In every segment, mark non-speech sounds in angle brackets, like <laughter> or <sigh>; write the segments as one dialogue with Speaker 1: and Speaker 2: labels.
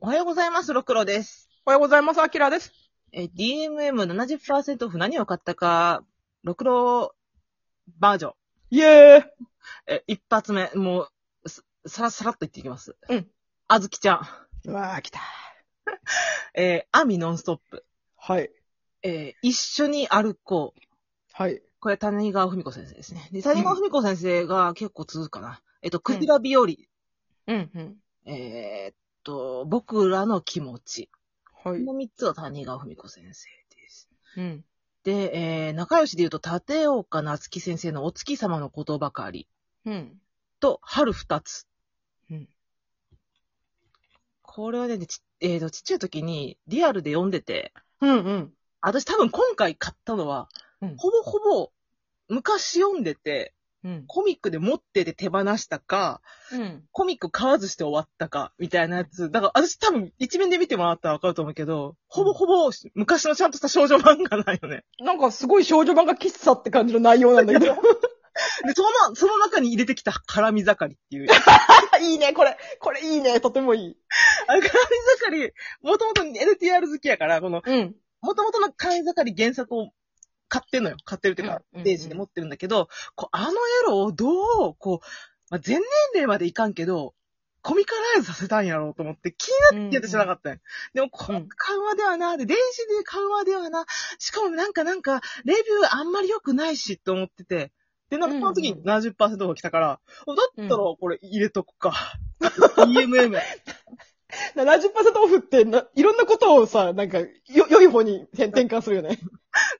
Speaker 1: おはようございます、ろくろです。
Speaker 2: おはようございます、アキラです。
Speaker 1: えー、DMM70% オフ何を買ったか、ろくろバージョン。
Speaker 2: イエーイ
Speaker 1: え、一発目、もう、すさらさらっと言っていきます。
Speaker 2: うん。
Speaker 1: あずきちゃん。
Speaker 2: うわー、来た。
Speaker 1: えー、アミノンストップ。
Speaker 2: はい。
Speaker 1: えー、一緒に歩こう。
Speaker 2: はい。
Speaker 1: これ、谷川文子先生ですね。で、谷川文子先生が結構続くかな。えっと、クジラ日和。
Speaker 2: うん、うん。
Speaker 1: えーっと、僕らの気持ち。
Speaker 2: は
Speaker 1: こ。の三つは谷川文子先生です。
Speaker 2: うん。
Speaker 1: で、えー、仲良しで言うと、立岡夏樹先生のお月様のことばかり
Speaker 2: うん。
Speaker 1: と、春二つ。
Speaker 2: うん。
Speaker 1: これはね、ち、えーと、ちっちゃい時にリアルで読んでて、
Speaker 2: うん、うん。
Speaker 1: 私多分今回買ったのは、
Speaker 2: うん
Speaker 1: ほぼほぼ昔読んでて、
Speaker 2: うん。
Speaker 1: コミックで持ってて手放したか、
Speaker 2: うん。
Speaker 1: コミック買わずして終わったか、みたいなやつ。だから私多分一面で見てもらったらわかると思うけど、ほぼほぼ昔のちゃんとした少女漫画なんよね。
Speaker 2: なんかすごい少女漫画喫茶って感じの内容なんだけど。
Speaker 1: で、その、その中に入れてきた絡み盛りっていう。
Speaker 2: <laughs> いいね、これ。これいいね、とてもいい。
Speaker 1: あれ、絡み盛り、もともと NTR 好きやから、この、
Speaker 2: うん。
Speaker 1: もともとの絡み盛り原作を買ってんのよ。買ってるっていうか
Speaker 2: うんうんう、ん
Speaker 1: ページで持ってるんだけど、こう、あのエロをどう、こう、まあ、全年齢までいかんけど、コミカライズさせたんやろうと思って、気になっててしなかったんやでも、こ
Speaker 2: う
Speaker 1: の
Speaker 2: ん
Speaker 1: 緩和ではな、で、電子で緩和ではな、しかもなんかなんか、レビューあんまり良くないし、と思ってて、で、なんかその時に70%が来たから、だったらこれ入れとくか。DMM。
Speaker 2: 70%オフってな、いろんなことをさ、なんか、よ、良い方に転転換するよね。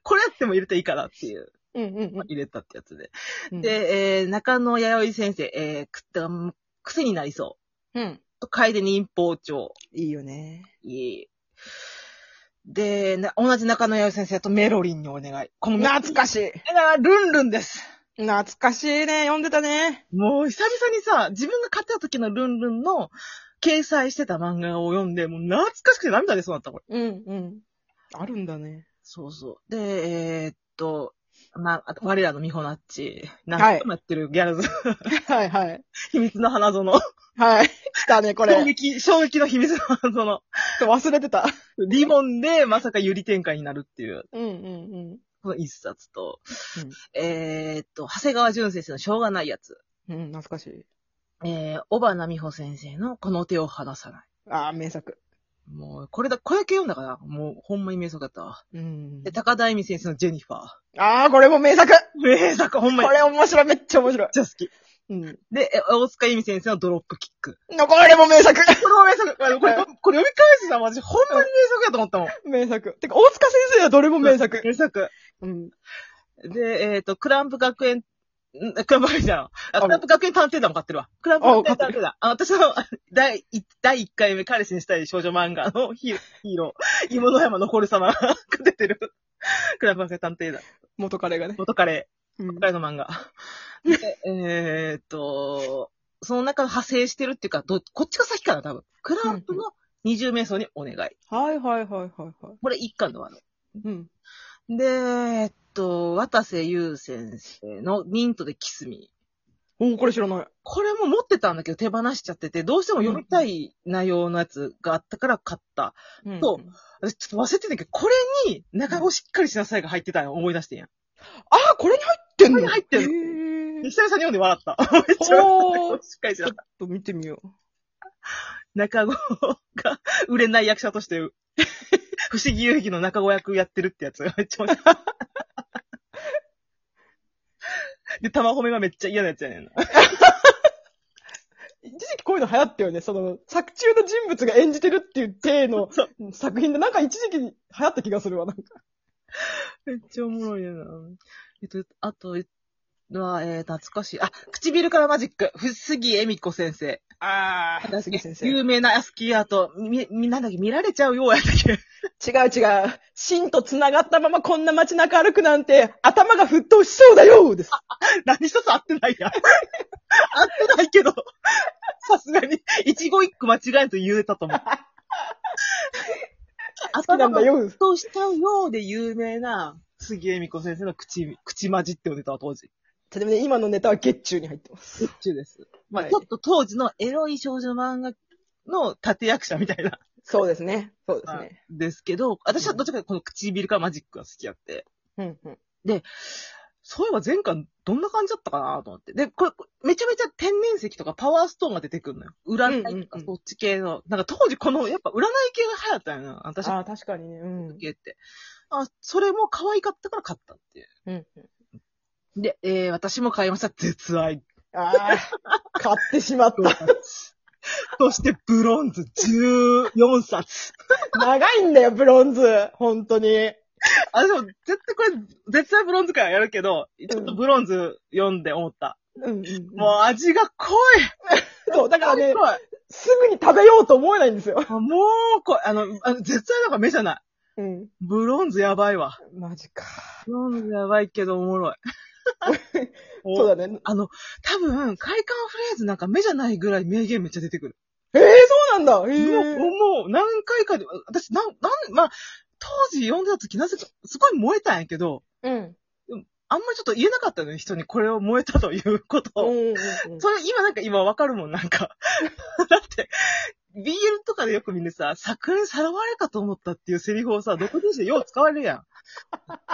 Speaker 1: これやっても入れていいからっていう、
Speaker 2: うん、うん、
Speaker 1: 入れたってやつで。
Speaker 2: うん。、
Speaker 1: で、えー、中野弥生先生、えー、くった、うん癖になりそう。
Speaker 2: うん。
Speaker 1: と、楓忍法帳。
Speaker 2: いいよね。
Speaker 1: いい。で、な、同じ中野弥生先生とメロリンにお願い。この、な、
Speaker 2: 懐かしい。
Speaker 1: だからルンルンです。
Speaker 2: 懐かしいね、読んでたね。
Speaker 1: もう久々にさ、自分が買ってた時のルンルンの掲載してた漫画を読んで、もう懐かしくて涙出そうになった、これ。
Speaker 2: うん、うん。あるんだね。
Speaker 1: そうそう。で、えーっと、まあ、あと、我らのミホナッチ。なん
Speaker 2: はい
Speaker 1: か、待ってるギャルズ。 <laughs>
Speaker 2: はい、はい。
Speaker 1: 秘密の花園。
Speaker 2: はい。 <laughs> 来たね、これ。ち
Speaker 1: 衝撃、衝撃の秘密の花園。
Speaker 2: ょっと忘れてた。
Speaker 1: リボンでまさかユリ展開になるっていう、
Speaker 2: うん、うん、うん。
Speaker 1: この一冊と、
Speaker 2: うん
Speaker 1: えーっと、長谷川淳先生のしょうがないやつ、
Speaker 2: うん、懐かしい。
Speaker 1: えー、小花美穂先生のこの手を離さない。
Speaker 2: ああ、名作。
Speaker 1: もう、これだ、これだけ読んだから、もう、ほんまに名作だったわ。
Speaker 2: うん
Speaker 1: で、高田恵美先生のジェニファー。
Speaker 2: ああ、これも名作
Speaker 1: 名作、ほんまに
Speaker 2: こ。れ面白い、めっちゃ面白い。
Speaker 1: めっちゃ好き。
Speaker 2: うん。
Speaker 1: で、え大塚由美先生のドロップキック。
Speaker 2: のこれも名作
Speaker 1: これも名作。これ、これこれ読み返してた私、ほんまに名作やと思ったもん。
Speaker 2: 名作。てか、大塚先生はどれも名作。
Speaker 1: 名作。
Speaker 2: うん。
Speaker 1: で、えっ、と、クランプ学園、んクランプ学園じゃん。あクランプ学園探偵団も買ってるわ。クランプ学園探偵団。あ、私の、 <laughs> 第1、第一回目、彼氏にしたい少女漫画のヒーヒーロ <laughs> ー、芋の山のコル様が出てる。クランプ学園探偵団。
Speaker 2: 元彼がね。
Speaker 1: 元カレ
Speaker 2: うん
Speaker 1: ー、彼の漫
Speaker 2: <laughs>
Speaker 1: 画。で、えっと、その中の派生してるっていうか、ど、こっちが先かな、多分。クランプの二重瞑想にお願い。
Speaker 2: はいはいはいはいは
Speaker 1: これ一巻のあの。
Speaker 2: い。うん。
Speaker 1: で、えっと、渡瀬優先生のミントでキスミー。
Speaker 2: おお、これ知らない。
Speaker 1: これも持ってたんだけど手放しちゃってて、どうしても読みたい内容のやつがあったから買った。
Speaker 2: うん
Speaker 1: そう私ちょっと忘れてたけど、これに中をしっかりしなさいが入ってたの思い出してんやん。
Speaker 2: ああ、これに入ってんの
Speaker 1: これに入ってんの
Speaker 2: ん
Speaker 1: で
Speaker 2: へー
Speaker 1: 久々に読んで笑った。 <laughs> めっちゃ
Speaker 2: お
Speaker 1: 笑
Speaker 2: ー
Speaker 1: った。しっかりし
Speaker 2: ちょ
Speaker 1: な
Speaker 2: っ
Speaker 1: かった。
Speaker 2: と見てみよう。
Speaker 1: 中子が売れない役者として、 <laughs> 不思議遊戯の中子役やってるってやつがめっ <laughs> ちゃ面白い。で、玉褒めがめっちゃ嫌なやつやねんな。
Speaker 2: 一時期こういうの流行ったよね。その、作中の人物が演じてるっていう体の
Speaker 1: そ
Speaker 2: 作品で、なんか一時期流行った気がするわ、なんか。
Speaker 1: めっちゃおもろいよな。えっと、あとは、えー、懐かしい。あ、唇からマジック。ふ杉恵美子先生。
Speaker 2: ああ、杉先生。
Speaker 1: 有名なアスキーアート。み、み、なんだっけ、見られちゃうようやったっけ。
Speaker 2: 違う違う。芯と繋がったままこんな街中歩くなんて、頭が沸騰しそうだよです。
Speaker 1: 何一つ合ってないやん。合ってないけど、さすがに、一語一句間違えんと言えたと思う。好
Speaker 2: 好きなんだ。よ。
Speaker 1: としちゃうようで有名な、杉恵美子先生の口、口混じってお出たわ当時。
Speaker 2: ちなみに今のネタは月中に入ってます。
Speaker 1: 中です。まあ、
Speaker 2: はい
Speaker 1: ちょっと当時のエロい少女漫画の立役者みたいな。
Speaker 2: そうですね。そうですね。
Speaker 1: ですけど、私はどっちかというとこの唇からマジックが好きやって。
Speaker 2: うん、うん。
Speaker 1: そういえば前回どんな感じだったかなと思って。で、これ、めちゃめちゃ天然石とかパワーストーンが出てくるのよ。占いとか
Speaker 2: うんうんうん
Speaker 1: そっち系の。なんか当時この、やっぱ占い系が流行ったんやな。私
Speaker 2: ああ、確かにね。うん。うん、
Speaker 1: 系って。あ、それも可愛かったから買ったっていう。
Speaker 2: うん。
Speaker 1: で、えー、私も買いました。絶 <laughs> 愛。
Speaker 2: ああ、買ってしまっ <laughs>
Speaker 1: そしてブロンズ14冊。
Speaker 2: た。長いんだよ、ブロンズ。本当に。
Speaker 1: <laughs> あ、でも絶対これ、絶対ブロンズからやるけど、ちょっとブロンズ読んで思った。
Speaker 2: うん、うん。
Speaker 1: もう味が濃い
Speaker 2: そう、だからね、
Speaker 1: 濃い
Speaker 2: すぐに食べようと思えないんですよ。
Speaker 1: あもう濃い。あの、あの絶対なんか目じゃない。
Speaker 2: うん。
Speaker 1: ブロンズやばいわ。
Speaker 2: マジか。
Speaker 1: ブロンズやばいけどおも <laughs> ろい。
Speaker 2: そうだね。
Speaker 1: あの、多分、快感フレーズなんか目じゃないぐらい名言めっちゃ出てくる。
Speaker 2: ええそうなんだ。ええ
Speaker 1: もう、もう何回かで、私、なん、なん、まあ、当時読んでた時なぜか、すごい燃えたんやけど、
Speaker 2: うん。
Speaker 1: あんまりちょっと言えなかったのよ、人にこれを燃えたということ
Speaker 2: う
Speaker 1: を。
Speaker 2: んうんうん
Speaker 1: それ今なんか今わかるもん、なんか。 <laughs> だって、BL とかでよくみんなさ、作品さらわれかと思ったっていうセリフをさ、独自でよう使われるやん。 <laughs>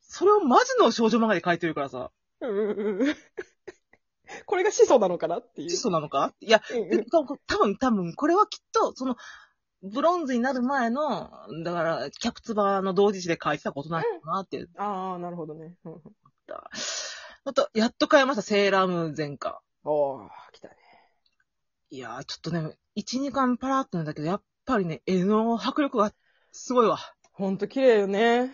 Speaker 1: それをマジの少女漫画で書いてるからさ、
Speaker 2: うんうんうんこれが始祖なのかなっていう。
Speaker 1: 質素なのかいや、
Speaker 2: うんう
Speaker 1: で
Speaker 2: ん
Speaker 1: 多分、多分、多分、これはきっと、その、ブロンズになる前の、だから、キャプツバーの同時誌で書いてたことないかなって。
Speaker 2: ああ、なるほどね。うんうん
Speaker 1: あと、やっと買いました、セーラームーン全巻。
Speaker 2: おー、来たね。
Speaker 1: いやー、ちょっとね、1、2巻パラーっとなんだけど、やっぱりね、絵の迫力がすごいわ。
Speaker 2: ほんと綺麗よね。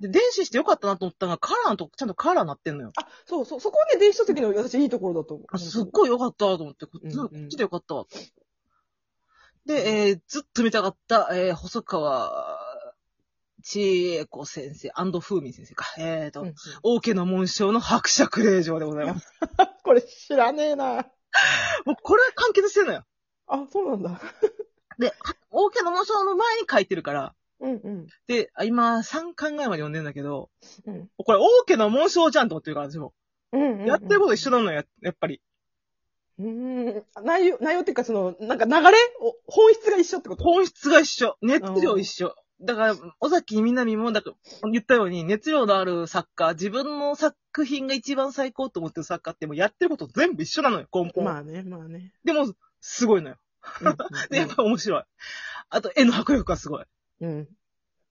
Speaker 1: で、電子してよかったなと思ったのが、カラーのとこ、ちゃんとカラーなってんのよ。
Speaker 2: あ、そうそう、そこはね、電子書籍の私いいところだと思う。
Speaker 1: あすっごいよかったわと思って、こっちの、
Speaker 2: うんうん
Speaker 1: こっちでよかったわ。で、えー、ずっと見たかった、えー、細川千恵子先生風味先生か。えーと、
Speaker 2: うんうん
Speaker 1: 王家の紋章の伯爵令嬢でございます。
Speaker 2: これ知らねえな。
Speaker 1: もうこれは完結してるのよ。
Speaker 2: あ、そうなんだ。
Speaker 1: で、王家の紋章の前に書いてるから。
Speaker 2: うんうん。
Speaker 1: で、あ今、3巻ぐらいまで読んでんだけど、
Speaker 2: うん
Speaker 1: これ王家の紋章じゃんと思ってるから、私も。
Speaker 2: うんうん。
Speaker 1: やってること一緒なのよ、ややっぱり。
Speaker 2: うーん。内容、内容っていうか、その、なんか流れお本質が一緒ってこと
Speaker 1: 本質が一緒。熱量一緒。だから、尾崎みなみも、だから、言ったように、熱量のある作家、自分の作品が一番最高と思ってる作家って、もうやってること全部一緒なのよ、根本。
Speaker 2: まあね、まあね。
Speaker 1: でも、すごいのよ。
Speaker 2: うんうん <laughs>
Speaker 1: で、やっぱ面白い。あと、絵の迫力がすごい。
Speaker 2: うん。やっ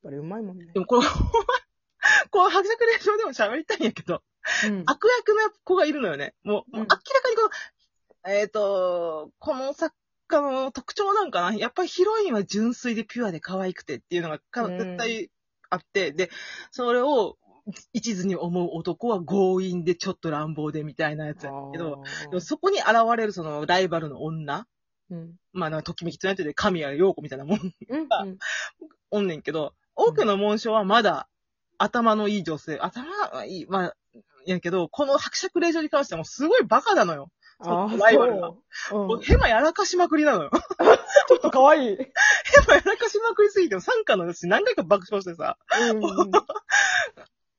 Speaker 2: ぱりうまいもんね
Speaker 1: で。も、この、 <laughs> この伯爵連唱でも喋りたいんやけど、
Speaker 2: うん
Speaker 1: 悪役の子がいるのよね。もう、もう
Speaker 2: うん
Speaker 1: 明らかにこの、えっ、と、この作家の特徴なんかな。やっぱりヒロインは純粋でピュアで可愛くてっていうのがか
Speaker 2: うん
Speaker 1: 絶対あって、で、それを一途に思う男は強引でちょっと乱暴でみたいなやつやけど、、
Speaker 2: あー
Speaker 1: でもそこに現れるそのライバルの女、
Speaker 2: うん。
Speaker 1: まあなんかときめきとなってて神谷陽子みたいなもん、
Speaker 2: うん
Speaker 1: あおんねんけど、多くの紋章はまだ頭のいい女性、頭はいい、まあ、やけど、この伯爵令嬢に関してはもうすごいバカなのよ。
Speaker 2: あー、
Speaker 1: ライバルが
Speaker 2: そううん
Speaker 1: もうヘマやらかしまくりなのよ。 <laughs>
Speaker 2: ちょっと可愛い。
Speaker 1: ヘマやらかしまくりすぎても、参加の私何回か爆笑してさ、
Speaker 2: うんうん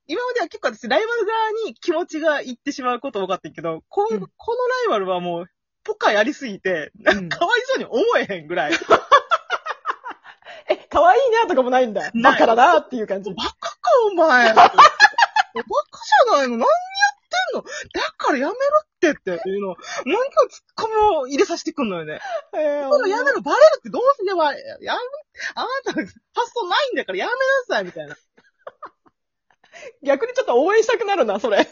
Speaker 1: 今までは結構私ライバル側に気持ちがいってしまうこと多かったけど、こ,、
Speaker 2: う
Speaker 1: こ
Speaker 2: ん
Speaker 1: のライバルはもう、ポカやりすぎて、なんかかわいそうに思えへんぐらい。
Speaker 2: え、可愛いなとかもないんだ。
Speaker 1: ない
Speaker 2: だからなっていう感じ。
Speaker 1: バカか、お前。バカじゃないの何やってんのだからやめろってっていうの、何かツッコミを入れさせてくんのよね。
Speaker 2: えー
Speaker 1: このやめろ、バレるってどうすれば、やめ、あなたの発想ないんだからやめなさい、みたいな。
Speaker 2: 逆にちょっと応援したくなるな、それ。
Speaker 1: 3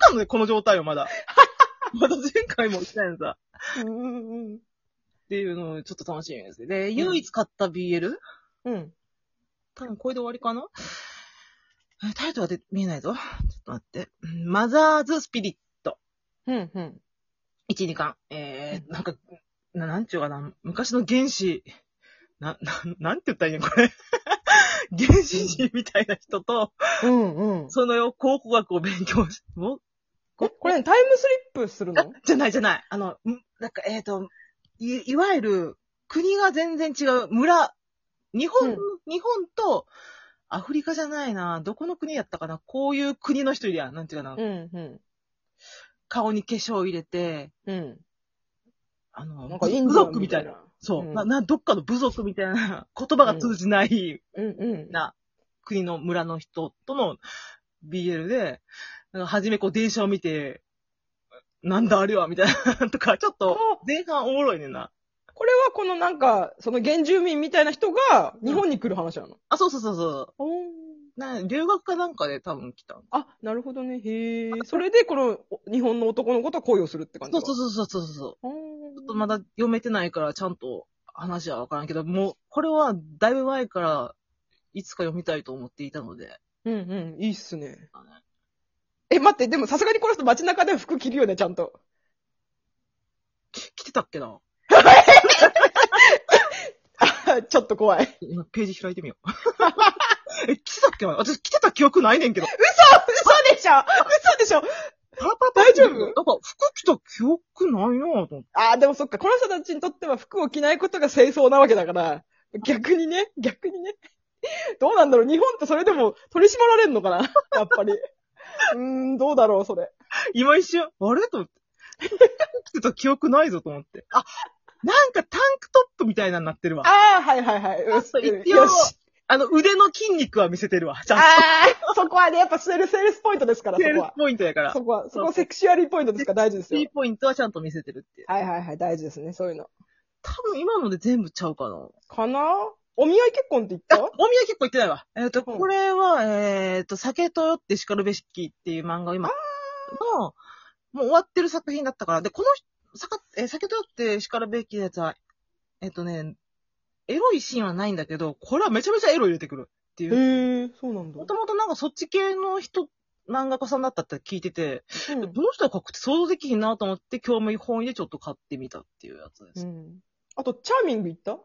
Speaker 1: 巻のね、この状態よ、まだ。 <laughs> まだ前回も言ったやんさ。
Speaker 2: うん。
Speaker 1: っていうのをちょっと楽しみですね。で、
Speaker 2: ん
Speaker 1: 唯一買った BL?
Speaker 2: うん。
Speaker 1: 多分これで終わりかなえタイトルはで見えないぞ。ちょっと待って。うんマザーズ・スピリット。
Speaker 2: うん。うん。
Speaker 1: 1、2巻。えー、なんか、ななんちゅうかな、昔の原始、な、な、なんて言ったらいいのこれ。 <laughs> 原始人みたいな人と、
Speaker 2: うん。うん。
Speaker 1: その考古学を勉強し、も
Speaker 2: えこれ、タイムスリップする
Speaker 1: あ
Speaker 2: の
Speaker 1: じゃないじゃない。あの、んなんか、えっ、と、い、いわゆる、国が全然違う村、日本、
Speaker 2: うん
Speaker 1: 日本と、アフリカじゃないな。どこの国やったかなこういう国の人いるやん。なんていうかな。
Speaker 2: ん。うん。
Speaker 1: 顔に化粧を入れて、
Speaker 2: うん。
Speaker 1: あの、
Speaker 2: なんかイン
Speaker 1: 部
Speaker 2: ドア
Speaker 1: 族みたいな。
Speaker 2: な。
Speaker 1: そう、
Speaker 2: うん
Speaker 1: な、な、どっかの部族みたいな、言葉が通じない、
Speaker 2: うんうん。
Speaker 1: な、国の村の人との BL で、なんか初めこう電車を見て、なんだあれはみたいな、と <laughs> か、ちょっと、前半おもろいねんな。
Speaker 2: これはこのなんか、その原住民みたいな人が日本に来る話なの。
Speaker 1: あ、そうそうそうそ
Speaker 2: お
Speaker 1: う。
Speaker 2: ー
Speaker 1: な、留学かなんかで多分来たの。
Speaker 2: あ、なるほどね。へえ。それで、この、お日本の男の子とは恋をするって感じ
Speaker 1: そうそう
Speaker 2: う
Speaker 1: そうそうそうそう。
Speaker 2: そう。
Speaker 1: ちょっとまだ読めてないから、ちゃんと話はわからんけど、もう、これはだいぶ前から、いつか読みたいと思っていたので。
Speaker 2: うんうん、いいっすね。え、待って、でもさすがにこの人街中では服着るよね、ちゃんと。
Speaker 1: 来てたっけな
Speaker 2: あちょっと怖い。
Speaker 1: 今ページ開いてみよう。え、 <laughs> 来てたっけな私来てた記憶ないねんけど。
Speaker 2: 嘘でしょ嘘でしょ
Speaker 1: パラパラ
Speaker 2: 大丈夫
Speaker 1: なんか服着た記憶ないなぁと思って。
Speaker 2: あーでもそっか、この人たちにとっては服を着ないことが清掃なわけだから、逆にね、逆にね。どうなんだろう日本ってそれでも取り締まられんのかな <laughs> やっぱり。うーん、どうだろう、それ。
Speaker 1: 今一瞬、あれと思って。着てた記憶ないぞと思って。あ、なんかタンクトップみたいなになってるわ。
Speaker 2: ああ、はいはいはい。
Speaker 1: っと一応
Speaker 2: よし。
Speaker 1: あの、腕の筋肉は見せてるわ。ちゃん
Speaker 2: あ
Speaker 1: と。
Speaker 2: あ、そこはね、やっぱセール、セールスポイントですから、そ
Speaker 1: セール
Speaker 2: こ
Speaker 1: ス
Speaker 2: は。
Speaker 1: ポイントやから。
Speaker 2: そこは、そこはセクシュアリーポイントですから大事ですよ
Speaker 1: T。ポイントはちゃんと見せてるっていう。
Speaker 2: はいはいはい、大事ですね、そういうの。
Speaker 1: 多分今ので全部ちゃうかな。
Speaker 2: かなお見合い結婚って言っ
Speaker 1: あ、
Speaker 2: た
Speaker 1: お見合い結構行ってないわ。えっ、と、
Speaker 2: うん
Speaker 1: これは、えっ、と、酒と酔って叱るべしきっていう漫画を今、の、もう終わってる作品だったから。で、この人、さかえー酒と酔って叱るべきのやつは、えっ、とね、エロいシーンはないんだけど、これはめちゃめちゃエロ入れてくるっていう。
Speaker 2: へえ、そうなんだ
Speaker 1: も。ともとなんかそっち系の人、漫画家さんだったって聞いてて、
Speaker 2: うん
Speaker 1: どの人が書くって想像できひんなと思って、興味本位でちょっと買ってみたっていうやつです。
Speaker 2: うん。あと、チャーミング行った